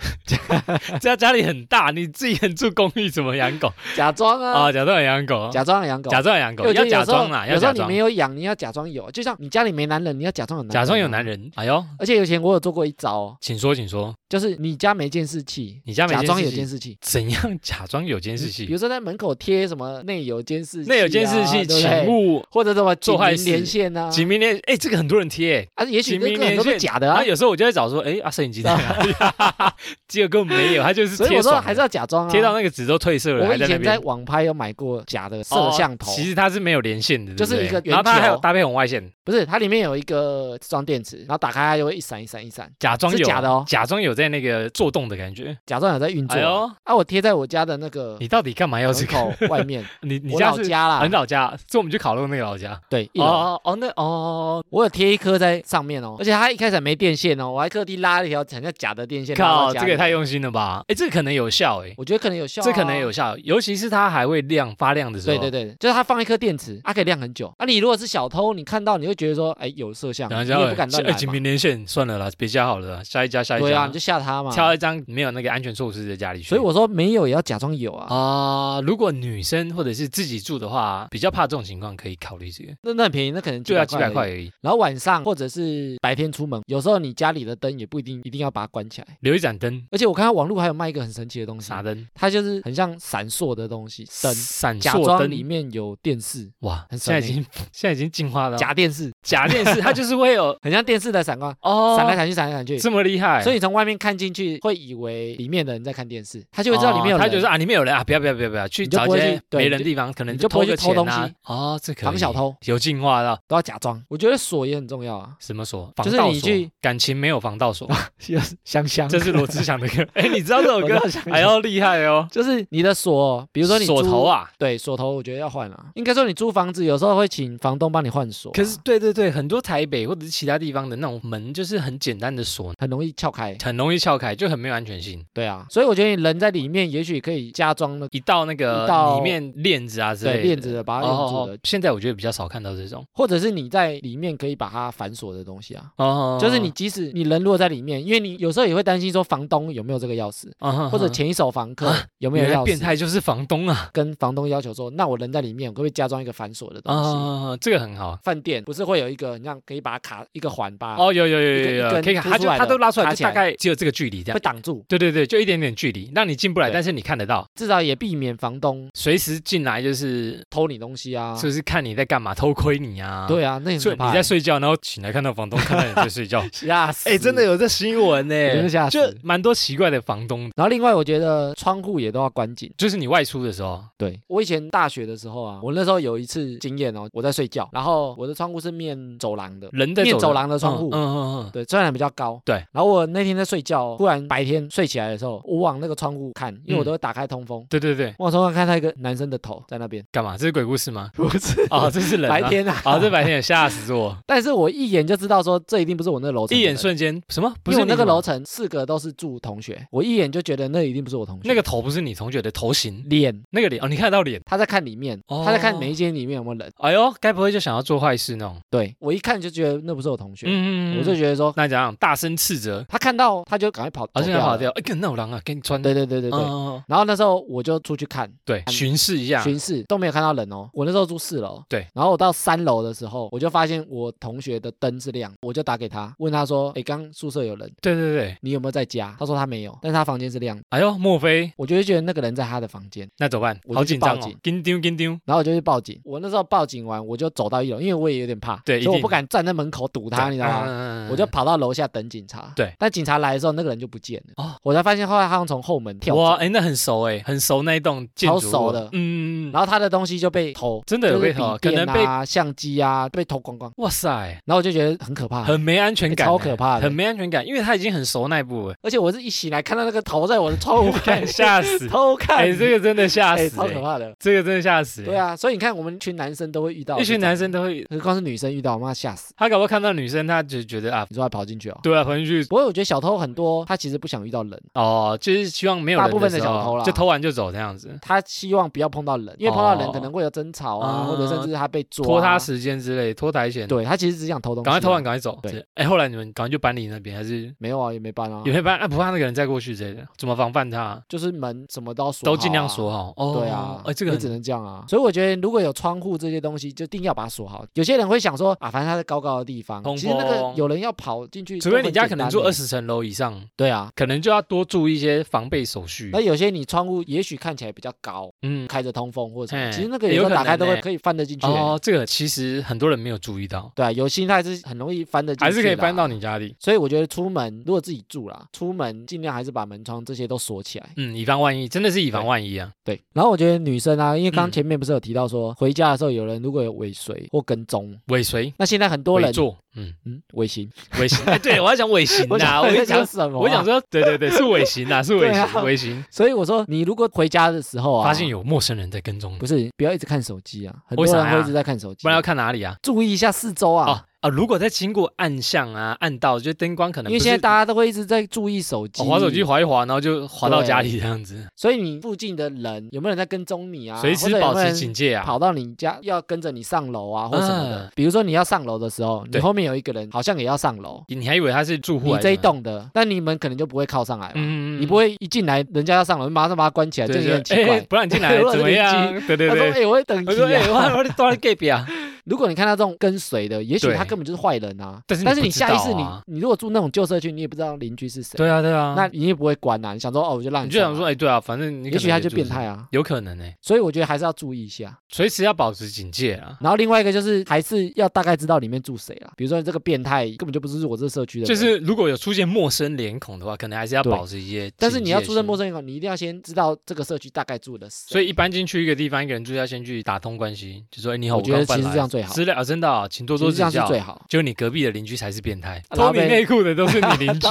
家家里很大，你自己很住公寓怎么养狗假装啊，啊？假装有养狗，假装有养狗，假装有养因为狗，我觉要得有假时候装啊啦，要有时假候你装没，有养，你要假装有，就像你家里没男人，你要假装有男人啊，假装有男人。哎呦，而且以前我有做过一招，哦请说，请说，就是你家没监视器，你家没假装有监监视器，视器。怎样假装有监视比器？如说在门口贴什么内有监视器、啊，那有监视器，对不啊请对勿或者什么做坏警民连事线啊，警民连，哎，这个很多人贴，哎啊，也许警那民个很连多线是假的然啊后，有时候我就在找说，哎，啊，摄影机在哪里？ 结果根本没有，他就是所以贴我说爽还是的，要假装啊。贴到那个纸都褪色了，我还以在那前在边。网拍有买过假的摄哦像头，其实它是没有连线的，对不就是一对个圆然后它还有球搭配红外线，不是它里面有一个装电池，然后打开它就会一闪一闪一闪，假装是有，假的哦假装有在那个做动的感觉。假装有在运作哎啊。呦，啊，我贴在我家的那个你到底干嘛要这门个？口外面，你 你我家老是家啦很，老家，所以我们去烤肉那个老家。对，一哦楼。哦哦，那哦，我有贴一颗在上面哦，而且它一开始还没电线哦，我还特地拉了一条很像假的电线。拉靠，到家这个里也太，用心了吧？哎，这个可能有效哎，我觉得可能有效、啊这可能有。效，尤其是它还会亮发亮的时候。对对对，就是它放一颗电池，它可以亮很久。啊，你如果是小偷，你看到你会觉得说，哎，有摄像，然你后就也不敢乱哎来警嘛。民连线算了啦，别加好了啦，下一家下一对啊，家你就，吓他嘛。挑一张没有那个安全措施的家里去。所以我说没有也要假装有啊，啊、如果女生或者是自己住的话，比较怕这种情况，可以考虑这个。那那很便宜，那可能对啊，几几百百块块而已。而已，然后晚上或者是白天出门，有时候你家里的灯也不一定一定要把它关起来。留一盏灯，而且我看到网络还有卖一个很神奇的东西啥，灯？它就是很像闪烁的东西，灯，闪假烁装里灯。面有电视，哇，很现在已神欸经 现在已经进化到假电视，假电 视，它就是会有很像电视的闪光，哦哎闪来闪去，闪来闪去。这么厉害，所以以你从外面看进去，会以为里面的人在看电视，他就会知道里面有他就是人。啊，里面有人啊，不要不要不要不要，去你就找一不会些去对没你人就地方，可能你就不会个去偷钱啊东西哦，这可以防小偷有进化到都要假装，我觉得锁也很重要啊，什么锁？防就是盗你锁去感情没有防盗锁， 香香这是罗志祥的 歌。哎，你知道这首歌？香哎呦，厉害哦！就是你的锁，比比如说你锁租头，啊，对，锁头我觉得要换啊。应该说你租房子有时候会请房东帮你换锁啊、可是对对对，很多台北或者是其他地方的那种门，就是很简单的锁，很容易撬开，很容易撬开，就很没有安全性。对啊，所以我觉得你人在里面也许可以加装那个一到那个一到里面链子啊之类对的链子的，把它用住的，哦，现在我觉得比较少看到这种或者是你在里面可以把它反锁的东西啊。哦，就是你，即使你人如果在里面，因为你有时候也会担心说房东有没有这个钥匙，或或者前一手房客有没有哦嗯啊原来钥变匙，态就是房东啊跟房东要求说，那我人在里面，我可不可以加装一个反锁 的东西？啊，这个很好。饭店不是会有一个，你像可以把它卡一个环吧，哦，有有有一有根有啊有，一根可以看，凸它出就来它的都拉出来，卡就起大来概只有这个距离这样。会挡住，对对对，就一点点距离，让你进不来，对但是你看得到，至少也避免房东随时进来就是偷你东西啊。就是看你在干嘛，偷窥你啊。，对啊，那很所可以怕欸你在睡觉，然后醒来看到房东看到你在睡 觉， 吓死！哎，真的。有这新闻呢我觉得，吓死就蛮多奇怪的房东，然后另外，我觉得窗户也都要关紧。就是你外出的时候，对我以前大学的时候啊，我那时候有一次经验哦，我在睡觉，然后我的窗户是面走廊的，人在面走走廊的窗户嗯嗯嗯嗯，对，虽然比较高，嗯对。然后我那天在睡觉哦，忽然白天睡起来的时候，我往那个窗户看，嗯因为我都会打开通风，对对对，我往窗户看到一个男生的头在那边，干嘛？这是鬼故事 吗？不是哦，这是人啊白。天啊，哦，这白天也吓死 我！但是我一眼就知道说这一定不是我那个楼层，一眼。瞬间，什么？不不是是我你那个吗楼层四个都是住同学，我一眼就觉得那一定不是我同学。那个头不是你同学的头型，脸，那个脸哦，你看得到脸。他在看里面，哦他在看每一间里面有没有人。哎呦，该不会就想要做坏事那种？对我一看就觉得那不是我同学，嗯我就觉得说那怎样？大声斥责，他看到后他就赶快跑，而且走跑了掉，。哎，更闹狼啊，给你穿。对对对对对。嗯然后那时候我就出去看对，看巡视一下，巡视，都没有看到人哦。我那时候住四楼，对。然后我到三楼的时候，我就发现我同学的灯是亮，我就打给他，问他说：“诶，刚宿舍有人，对对对。你有没有在家？”他说他没有，但是他房间是亮的。哎呦，莫非我就会觉得那个人在他的房间，那怎么办？我就好去紧张报哦紧警，张紧张。然后我就去报警。我那时候报警完，我就走到一楼，因为我也有点怕，对一所以我定不敢站在门口堵他，你知道啊吗？吗我就跑到楼下等警察。对但警察来的时候，那个人就不见了。哦哦，我才发现后来他好像从后门跳哇，走，哎，那很熟哎，很熟那一栋建筑物，超熟的嗯，嗯嗯然后他的东西就被偷，真的有被偷啊就是笔可电能被啊、相机啊被偷光光。哇塞，然后我就觉得很可怕，很没安全感，啊超可怕的很没安全感，因为他已经很熟那一步 了，而且我是一起来看到那个头在我的窗 户外，看吓死偷看，哎，这个真的吓哎死，超可哎怕的。这个真的吓死，对啊，所以你看，我们一群男生都会遇到，一群男，生都会，何况是女生遇到，妈吓死！他搞不好看到女生，他就觉得啊，你说还跑进去哦。对啊，跑进去不过我觉得小偷很多，他其实不想遇到人，哦，就是希望没有大人部分的的时候小偷啦就偷完就走这样子，他希望不要碰到人，因为碰到人哦可能会有争吵啊，嗯或者甚至他被抓、拖他。时间之类，拖台前，啊对他其实只想偷东西、赶啊快偷完，赶快走。对是，哎，后来你们赶快就搬离那边，还是没有啊，也没办啊也，没办法，啊不怕那个人再过去之类的，怎么防范他？就是门什么都要锁、都尽量锁。好。哦，啊对啊，哎，这个也只很能这样啊。所以我觉得，如果有窗户这些东西，就一定要把它锁好。有些人会想说啊，反正它在高高的地方通，其实那风个有人要跑进去，除非你家可能住二十。十层楼以上，对啊，可能就要多注意一些防备手续那。有些你窗户也许看起来比较高，嗯，开着通风或者什嘿么，其实那个有时有候可能打开都会欸可以翻得进去欸。哦，这个其实很多人没有注意到，对啊，有心态是很容易翻得进去，还是可以搬到。你家里。所以我觉得出门如果自己住啦，出门尽量还是把门窗这些都锁起来。嗯，以防万一，真的是以防万一啊。对，然后我觉得女生啊，因为刚嗯前面不是有提到说，回家的时候有人如果有尾随或跟踪，尾随、那现在很多尾人座，嗯，嗯尾行，尾行。哎，对我要讲尾行 我呐，想我在一讲讲，什么啊？我想说，对对对，是尾行呐，是尾 对行，啊尾行。所以我说你如果回家的时候啊，发现有陌生人在跟踪你，不是不要一直看手机啊，很为多啥人会呀一直在看手机，不然要看哪里啊？注意一下四周啊。哦啊，如果在经过暗巷啊、暗道，就灯光可能因为不现在是大家都会一直在注意手机，哦滑手机，滑一滑，然后就滑到家里这样子，所以你附近的人有没有人在跟踪你啊？随或时者有保没持有人警戒啊。跑到你家要跟着你上楼啊，或什么的。嗯比如说你要上楼的时候，你对后面有一个人好像也要上楼，你还以为他是住户？你这一，栋的，但你们可能就不会靠上来嘛，嗯，你不会一进来人家要上楼，马上把它关起来，对对就有点奇哎哎怪。不让你 进来如果怎是么邻居样？ 对 对他说：“对。哎，我会等 我说：“你哎，啊。我我抓了 gay 比 啊！”如果你看到这种跟随的，也许对他根本就是坏人啊。但是你但是不你知下意识，道你啊你如果住那种旧社区，你也不知道邻居是谁，对啊，对啊。那你也不会关啊。你想说哦，我就让你就想上来 说，，哎，对啊，反正你也许他就变可能也态啊。住，有可能哎，所以我觉得还是要注意一下。随时要保持警戒啊。然后另外一个就是还是要大概知道里面住谁啦，比如说这个变态根本就不是我这社区的人，就是如果有出现陌生脸孔的话，可能还是要对保持一些。但是你要出生陌生，生人口，你一定要先知道这个社区大概住的谁。所以一般进去一个地方，一个人就要先去打通关系，就说：“哎，你好，我觉得刚搬其实来这样最好资料啊真的啊，请多其多实指这样是教。最好。就你隔壁的邻居才是变态，啊偷然后你被内裤的都是你 邻居，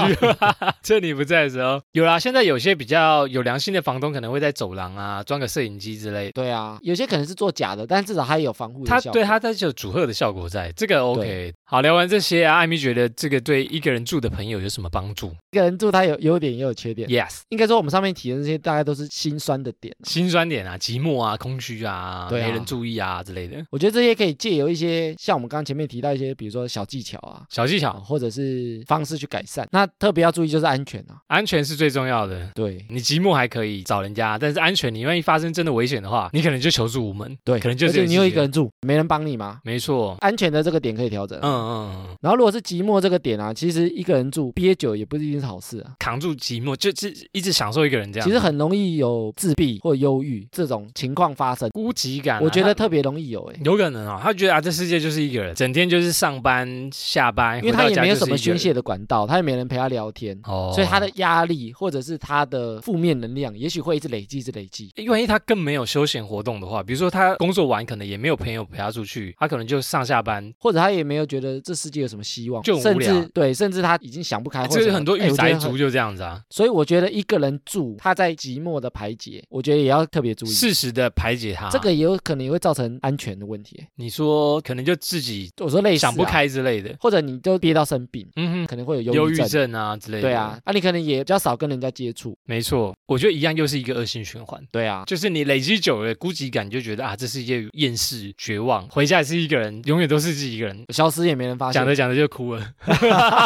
趁你不在的时候。有啦，现在有些比较有良心的房东可能会在走廊啊装个摄影机之类的，对啊，有些可能是做假的，但至少它也有防护他的效果。对他他就有阻吓的效果在，这个 OK。好，聊完这些啊，艾米觉得这个对一个人住的朋友有什么帮助一个人住，它有优点也有缺点。 ？Yes，应该说我们上面提的这些大概都是心酸的点啊。心酸点啊，寂寞啊，空虚啊，对啊没人注意啊之类的我觉得这些可以借由一些像我们刚刚前面提到一些，比如说小技巧啊，小技啊巧，或者是方式去改善。那特别要注意就是安全啊。安全是最重要的。对你寂寞还可以找人家，但是安全，你万一发生真的危险的话，你可能就求助无门。对，可能就而只有且你又自一己个人住，没人帮你嘛。没错，安全的这个点可以调整。嗯嗯，嗯然后如果是寂寞这个点啊，其实一个人住憋久也不一定是好事啊。扛住寂寞，就是一直享受一个人这样。其实很容易有自闭或忧郁这种情况发生，孤寂感啊、我觉得他特别容易有欸诶、有可能啊、他觉得啊，这世界就是一个人，整天就是上班、下班，因为他哎回到也家没有就是什么一个宣人泄的管道，他也没人陪他聊天，哦，所以他的压力或者是他的负面能量，也许会一直累积，一直累积。因为万一他更没有休闲活动的话，比如说他工作完可能也没有朋友陪他出去，他可能就上下班。或者他也没有觉得这世界有什么希望，就很甚无聊至对，甚至他已经想不开，或这者是很多哎御我觉宅得族很就这样子啊，所以我觉得一个人住，他在寂寞的排解，我觉得也要特别注意。适时的排解他。这个也有可能也会造成安全的问题，你说可能就自己我说类似、啊想不，开之类的，或者你都憋到生病，嗯可能会有哼，忧忧郁郁症。症啊之类的。对啊，，啊，你可能也比较少跟人家接触。没错，我觉得一样又是一个恶性循环。对啊，就是你累积久了孤寂感，你就觉得啊，这世界厌世、绝望，回家也是一个人，永远都是自己一个人。消失也没人发讲现。着讲着就哭了，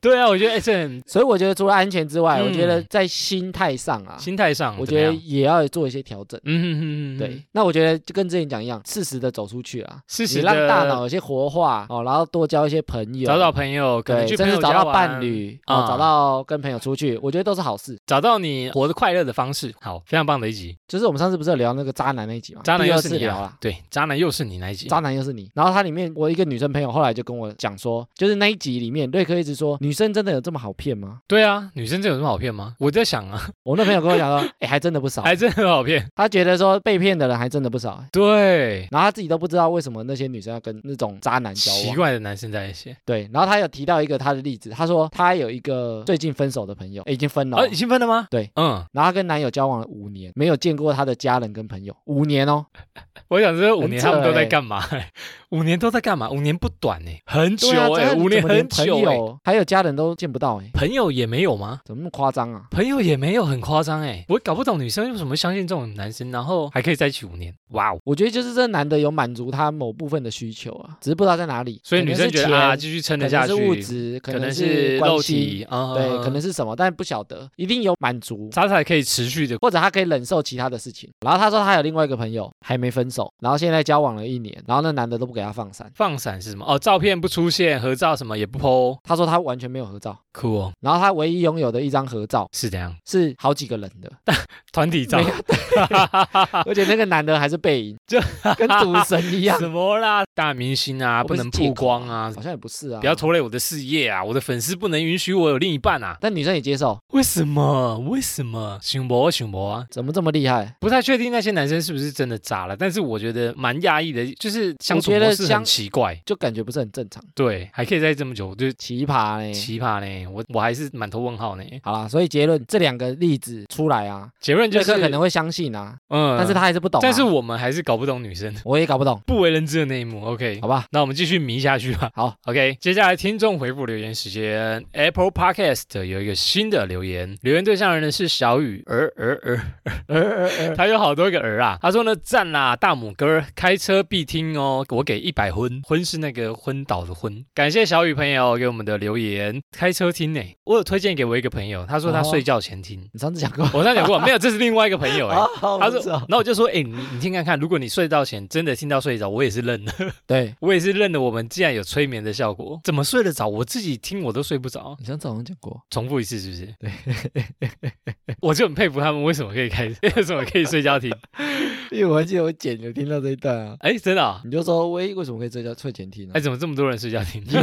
对啊，我觉得哎、这很所以我觉得除了安全之外，嗯我觉得在心态上啊，心态上，我怎么觉得样也要做一些调整。嗯哼哼哼，对，，那我觉得就跟之前讲一样，适时的走出去啊，适时你让地大脑有些活化哦，然后多交一些朋友，找找朋友，可能对，去甚朋至友找家到玩伴，侣哦嗯，找到跟朋友出去，我觉得都是好事。找到你活得快乐的方式。好，非常棒的一集，就是我们上次不是有聊那个渣男那一集嘛，渣男第又二是次你聊啊啦，。对，渣男又是你那一集，渣男又是你，然后它里面我一个女生朋友后来就跟我讲说，就是那一集里面瑞克一直说女生真的有这么好 骗吗？对啊，女生这有什么好骗吗？我在想 啊，我那朋友跟我讲说，哎、还真的不少，还真很好骗。他觉得说被骗的人还真的不少，哎对，然后他自己都不知道为什么那些女生要跟那种渣男交奇往。怪的男生在一起，对，然后他有提到一个他的例子，他说他有一个最近分手的朋友，诶已 经分了哦、啊，已经分了吗？对，嗯，然后他跟男友交往了五年，没有见过他的家人跟朋友，五年 哦。我想这五年很扯他们都在欸干嘛、 五年都在干嘛？五年不短呢、很久对啊，哎、这五怎年么很连朋久哎、友还有家人都见不到哎，朋友也没有吗？怎么那么夸张啊？朋友也没有，很夸张哎，我搞不懂女生为什么相信这种男生，然后还可以在一起五年，哇哦！我觉得就是这男的有满足他某部分的需求啊，只是不知道在哪里。所以女生觉可得啊，能是继续撑得钱，下可能去，是物质，可可能能是关肉系，体，啊，对，可能是什么，但不晓得，一定有满足。他才可以持续的。或者他可以忍受其他的事情，然后他说他有另外一个朋友还没分手，然后现在交往了一年，然后那男的都不给他放闪，放闪是什么？哦，照片不出现，合照什么也不 PO，他说他完全没有合照，酷哦，然后他唯一拥有的一张合照是怎样？是好几个人的，团体照没？ 而且那个男的还是背影，就跟赌神一样，什么啦？大明星 啊，我不不是能借曝口光啊，好像也不是啊，不要拖累我的事业啊！我的粉丝不能允许我有另一半啊！但女生也接受，为什么？为什么？熊博熊博啊！怎么这么厉害？不太确定那些男生是不是真的渣了，但是我觉得蛮压抑的，就是相处我觉得模式很相奇怪。就感觉不是很正常，对，还可以在这么久，就是奇葩嘞、奇葩呢，我我还是满头问号呢。好啦，所以结论这两个例子出来啊，结论就瑞是克可能会相信啊，嗯，但是他还是不懂、啊，但是我们还是搞不懂女生我也搞不懂，不为人知的那一幕。OK，好吧，那我们继续迷下去吧。 好，OK，接下来听众回复留言时间，Apple Podcast 有一个新的留言，留言对象人呢是小雨呃儿儿儿，他有好多个儿啊。他说呢，赞啦，大拇哥，开车必听哦，我给一百分，昏是那个昏倒的昏。感谢小雨朋友给我们的留言，开车听呢，我有推荐给我一个朋友，他说他哦睡觉前听。你上次讲 过，我上次讲 过，没有，这是另外一个朋友哎、他他说，然后我就说，哎、你你听看看，如果你睡到前真的听到睡着，我也是认的，对，我也是认的。我们既然有催眠的效果，怎么睡得着？我自己听我都睡不着。你上次好像讲过，重复一次是不是？对， 我就很佩服他们为什么可以开， 为什么可以睡觉 听？因为我还记得我姐有听到这一段啊，哎、真的、哦。你就说喂，为什么可以睡觉睡前听呢啊哎，？怎么这么多人睡觉 听？有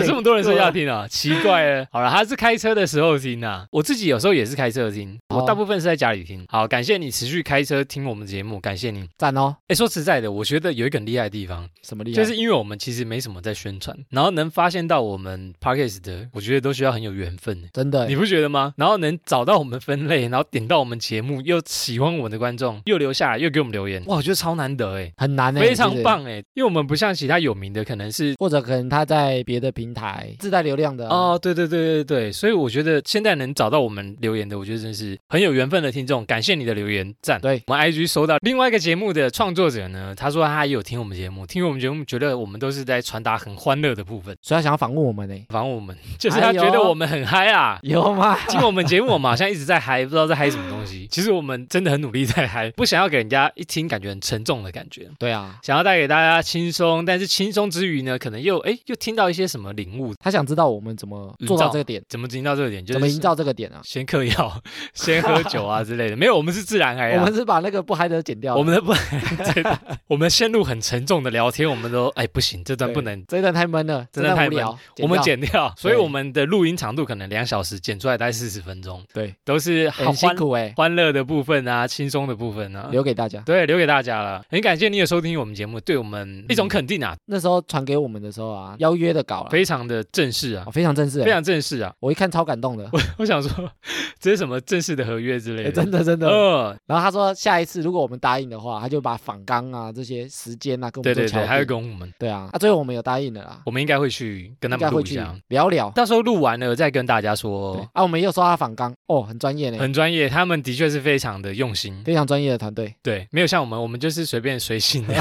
有这么多人睡觉听啊、 奇怪了。好了，他是开车的时候听啊，我自己有时候也是开车听，我哦大部分是在家里听。好，感谢你持续开车听我们的节目，感谢你。赞哦，哎，说实在的，我觉得有一个很厉害的地方，什么厉害？就是因为我们其实没什么在宣传，然后能发现到我们 podcast 的，我觉得都需要很有缘分欸。真的你欸，不觉得吗？然后能找到我们分类，然后点到我们节目，又喜欢我们的观众，又留下来，又给我们留言，哇，我觉得超难得哎，很难欸，非常就是。棒哎！因为我们不像其他有名的，可能是或者可能他在别的平台自带流量的啊，哦，对对对对对，所以我觉得现在能找到我们留言的，我觉得真是很有缘分的听众，感谢你的留言，赞。对我们 IG 收到另外一个节目的创作者呢，他说他也有听我们节目，听我们节目觉得我们都是在传达很欢乐的部分，所以他想要访问我们呢，欸反正我们 就是哎他呦觉得我们很嗨 啊。有吗？听我们节目，我们好像一直在嗨，不知道在嗨什么东 西。其实我们真的很努力在嗨，不想要给人家一听感觉很沉重的感觉。对啊，想要带给大家轻松，但是轻松之余呢，可能又哎又听到一些什么领悟。他想知道我们怎么营做到造这个点，怎么听到这个点？就怎么是营造这个点啊？先嗑药， 先喝酒啊之类的。没有，我们是自然癌我啊。们是把那个不嗨的剪掉了，我们的不， 这我们陷入很沉重的聊天，我们都哎不行，这段对不能，这一段太闷了，真这的段太无闷聊，我们掉剪掉。所以对我们的录音长度可能两小时，剪出来大概四十分钟，对，都是欸好很 辛欢苦哎，欢乐的部分啊，轻松的部分呢、留给大家。对，留给大家了。很感谢你的收听我们节目，对我们一种肯定啊，那时候传给我们的时候啊，邀约的稿了，非常的正式啊哦，非常正式欸，非常正式啊。 我一看超感动的，我想说，这是什么正式的合约之类欸的？真的真的。呃，然后他说，下一次如果我们答应的话，他就把访纲啊这些时间啊跟我对们做对敲对，定。还有跟我们，对啊，啊最后我们有答应的啦，我们应该会去跟他们应该录会一去下。聊聊。到时候录完了再跟大家对说，啊，我们也有收到他访纲哦，很专业呢，很专业，他们的确是非常的用心。非常专业的团队。对，没有像我们，我们就是随便随性 的，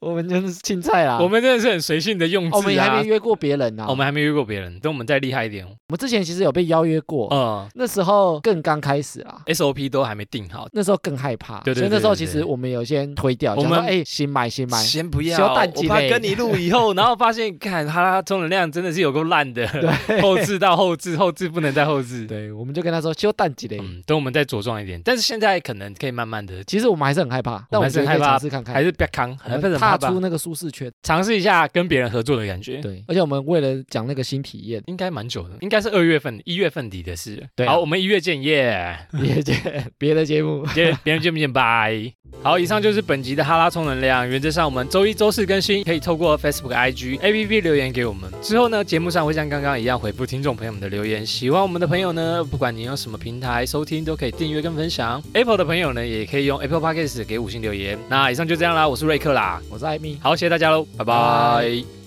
我们真的是青菜啦，我们真的是很随性的用哦我们字也还啊没。约过别人呢、我们还没约过别人，等我们再厉害一点，我们之前其实有被邀约过，嗯那时候更刚开始啦。 ，SOP 都还没定好，那时候更害怕，对对所以那对时候对其对实我们有先推掉，我想说们哎，新买新买，先不小蛋我鸡怕嘞跟你录以 后，然后发现，看哈拉充能量真的是有够烂的，后置到后置，后置不能再后置。对，我们就跟他说修蛋鸡嘞。嗯，等我们再茁壮一点，但是现在可能可以慢慢的，其实我们还是很害怕，但我们我还们是觉得很害可以怕尝试看看，还是不要扛，我还们不能呃踏怕吧出那个舒适圈。尝试一下跟别人合作的感觉。，对，而且我们为了讲那个新体验 应该蛮久的，应该是二月份、一月份底的事。对啊好，我们一月见，耶！也见别的节目，别别人见不见，拜。好，以上就是本集的哈拉充能量。原则上，我们周一、周四更新，可以透过 Facebook、IG、APP 留言给我们。之后呢，节目上会像刚刚一样回复听众朋友们的留言。喜欢我们的朋友呢，不管你用什么平台收听，都可以订阅跟分享。Apple 的朋友呢，也可以用 Apple Podcast 给五星留言。那以上就这样啦，我是瑞克啦。我是艾米。好，谢谢大家喽，拜拜。